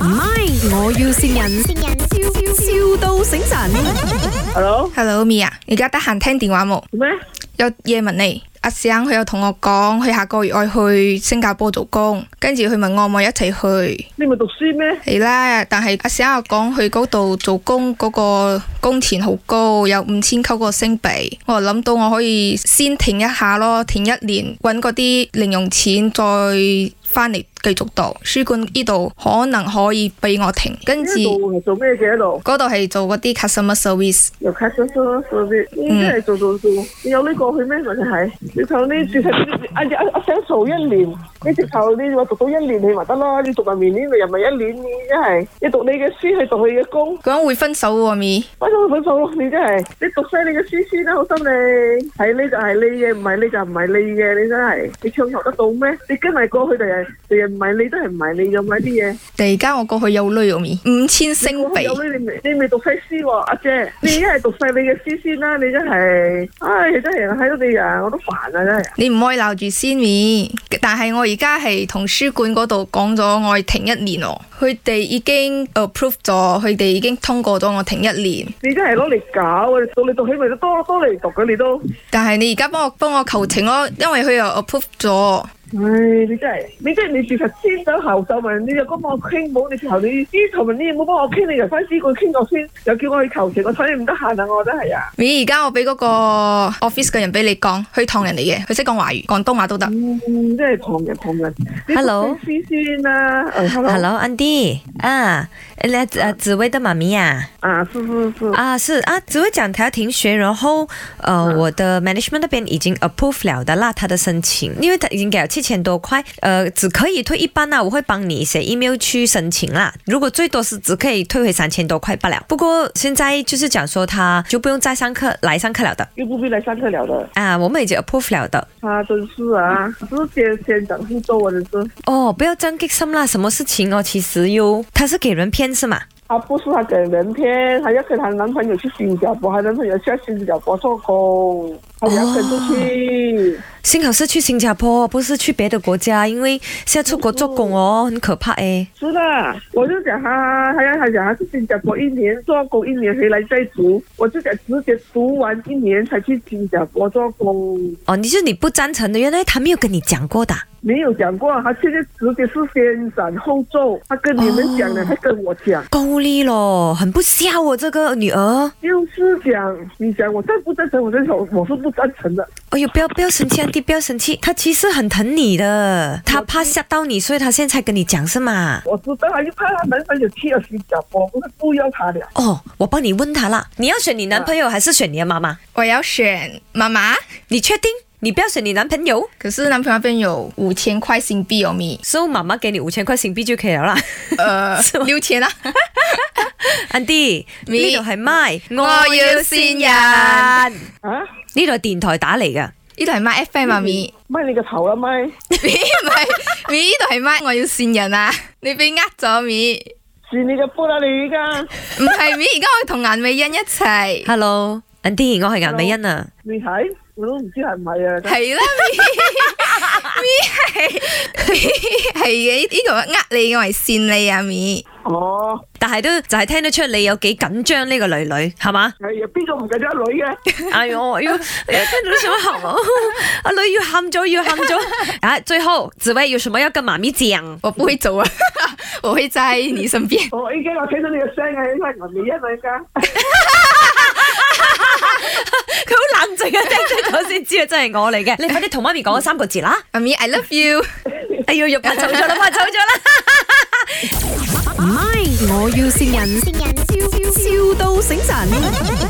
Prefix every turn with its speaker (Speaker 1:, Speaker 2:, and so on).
Speaker 1: 唔係，我要善人，笑笑到醒神。
Speaker 2: Hello，
Speaker 3: Hello Mia，而家得閒聽電話冇？
Speaker 2: 咩？
Speaker 3: 有嘢問你。阿 s 佢又同我講，佢下個月我去新加坡做工，跟住佢問我可唔可以一齊去，
Speaker 2: 你咪讀書咩？
Speaker 3: 係啦。但係阿 s 又講佢嗰度做工嗰個工錢好高，有五千溝個星幣。我諗到我可以先停一下咯，停一年揾嗰啲零用錢，再翻嚟繼續讀。書館呢度可能可以俾我停，
Speaker 2: 呢
Speaker 3: 跟住
Speaker 2: 度係做咩嘅？呢度
Speaker 3: 嗰度係做嗰啲 customer service。
Speaker 2: 又 cut 咗咗咗啲，應該係做做做。你有呢個去咩？問題係你頭呢直頭呢，啊啊我想做一年，你直頭你話讀到一年你咪得咯，你讀埋明年咪又咪一年，你真係你讀你嘅書去讀佢嘅工，
Speaker 3: 咁樣會分手喎咪？
Speaker 2: 分手分手咯，你真係你讀晒你嘅書先啦，好心你係呢就係你嘅，唔係呢就唔係你嘅，你真係你暢學得到咩？你跟埋過去第日第日唔係你都係唔係你嘅買啲嘢。
Speaker 3: 但而家我過去有女喎咪，五千星
Speaker 2: 有
Speaker 3: 幣。
Speaker 2: 你未你未讀西詩喎，阿姐，你一係讀晒你嘅詩先啦，你真係，唉，真係喺度你啊，我都煩啊，真係。
Speaker 3: 你唔可以鬧住先咪，但係我而家係同書館嗰度講咗，我係停一年喎。佢哋已經 approve 咗，佢哋已經通過咗我停一年。
Speaker 2: 你真係攞嚟搞啊！到你讀起咪都多多嚟讀嘅，你都，
Speaker 3: 但係你而家幫我幫我求情咯，因為佢又 approve 咗。
Speaker 2: 唉，你真係，你真係你事實先走後手問，你又講幫我傾冇，你之後你呢頭問你冇幫我傾，你又翻詩館傾過先，又叫我去求情，我睇你唔得閒啊，我真係啊。
Speaker 3: 咪而家我俾嗰個 office 嘅人俾你講，佢唐人嚟嘅，佢識講華語、廣東話都得。
Speaker 2: 嗯，真係旁人旁人。你讀
Speaker 4: Hello
Speaker 2: 西詩先啦，誒，hello，
Speaker 4: Hello，Andy 啊，你呃紫薇的妈咪呀、
Speaker 2: 啊，是是是
Speaker 4: 啊？，是啊，紫薇讲她要停学，然后呃，我的 management 那边已经 approve 了的啦，她的申请，因为她已经给了七千多块，呃，只可以退一半啦，我会帮你写 email 去申请啦。如果最多是只可以退回三千多块罢了。不过现在就是讲说她就不用再上课来上课了的
Speaker 2: 又不必來上課了的。
Speaker 4: 啊，我们已经 approve 了的。
Speaker 2: 啊，真是啊，直接先长是做我的事。
Speaker 4: 哦，不要这样激心啦，什么事情哦？其实哟，她是给人骗是吗？
Speaker 2: 她不是她给人骗，她要跟她男朋友去新加坡，她男朋友去新加坡做工，她要跟出去。
Speaker 4: 幸好是去新加坡，不是去别的国家，因为现在出国做工哦，很可怕诶。
Speaker 2: 是的，我就讲她，她要她讲她去新加坡一年做工，一年回来再读。我就讲直接读完一年才去新加坡做工，
Speaker 4: 哦，你是你不赞成的，原来他没有跟你讲过的啊。
Speaker 2: 没有讲过，她现在直接是先斩后奏。她跟你们讲了，她跟我讲。
Speaker 4: 够力咯，很不孝哦，这个女儿。
Speaker 2: 就是讲，你讲我赞不赞成？我在想，我是不赞成的。
Speaker 4: 哎 呦，不要不要生气，安迪，不要生气，她其实很疼你的，她怕吓到你，所以她现在才跟你讲是吗？
Speaker 2: 我知道啊，就怕她男朋友去了新加坡，不是不要她了。
Speaker 4: 哦，我帮你问她啦，你要选你男朋友还是选你的妈妈？
Speaker 3: 我要選媽媽，
Speaker 4: 你确定？你不要选你男朋友，
Speaker 3: 可是男朋友那邊有五千塊新幣哦咪，
Speaker 4: 所以妈妈给你五千块新币就可以了啦。
Speaker 3: 呃六千啦。
Speaker 4: 安迪，呢度系麦，
Speaker 3: 我要善
Speaker 4: 人。
Speaker 2: 啊，
Speaker 4: 呢度係電台打嚟嘅，
Speaker 3: 呢度係 my FM 啊咪。
Speaker 2: 卖你个头啊卖！
Speaker 3: 咪唔係咪呢度係乜？我要善人啊！你俾呃咗咪？
Speaker 2: 是你嘅波啦你依家，
Speaker 3: 唔係咪？而家我同顏美欣一齊，
Speaker 4: Hello，a n d y 我係顏美欣啊。
Speaker 2: 你睇我都唔知系唔系啊。
Speaker 3: 係啦咪咪係咪係嘅？呢個呃你，我係善你啊咪。
Speaker 2: 哦，？
Speaker 4: 但係都就係聽得出你有幾緊張呢個女女，係 嘛
Speaker 2: 系啊，边个唔記得女嘅？
Speaker 4: 哎呦，我要我要聽到想喊啊， 阿女要喊咗，要喊咗。 啊，最後紫薇有什麼要跟媽咪講？
Speaker 3: 我不會做啊， 我會在你身邊。
Speaker 2: 我依哦家我聽到你嘅聲啊，應該係顏美欣啊依家。
Speaker 4: 佢好冷靜啊，聽咗先知啊，真係我嚟嘅。你快啲同媽咪講三個字啦。
Speaker 3: 啊阿咪，I love you。
Speaker 4: 哎呦，肉拍走咗啦， 拍走咗啦。
Speaker 1: 唔係，我要善人，笑笑到醒神。